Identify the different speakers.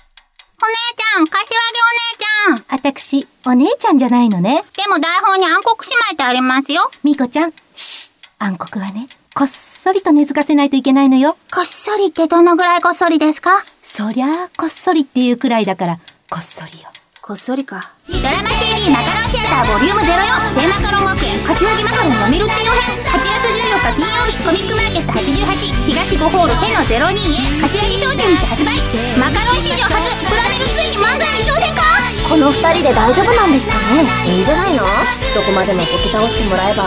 Speaker 1: 姉ちゃん、柏木お姉ちゃん。
Speaker 2: 私、お姉ちゃんじゃないのね。
Speaker 1: でも台本に暗黒姉妹ってありますよ。
Speaker 2: みこちゃん、し、暗黒はね、こっそりと根付かせないといけないのよ。
Speaker 1: こっそりってどのぐらいこっそりですか
Speaker 2: そりゃあ、こっそりっていうくらいだから、こっそりよ。
Speaker 1: こっそりか。ドラマ CD マカロンシアターボリューム04聖マカロン学園柏木マカロンのみるって予編8月14日金曜日コミックマーケット88東5ホールペの02へ柏木商店にて発売マカロン史上初プラネルついに漫才に挑戦か
Speaker 3: この二人で大丈夫なんですかねいいじゃないのどこまでもボケ倒してもらえば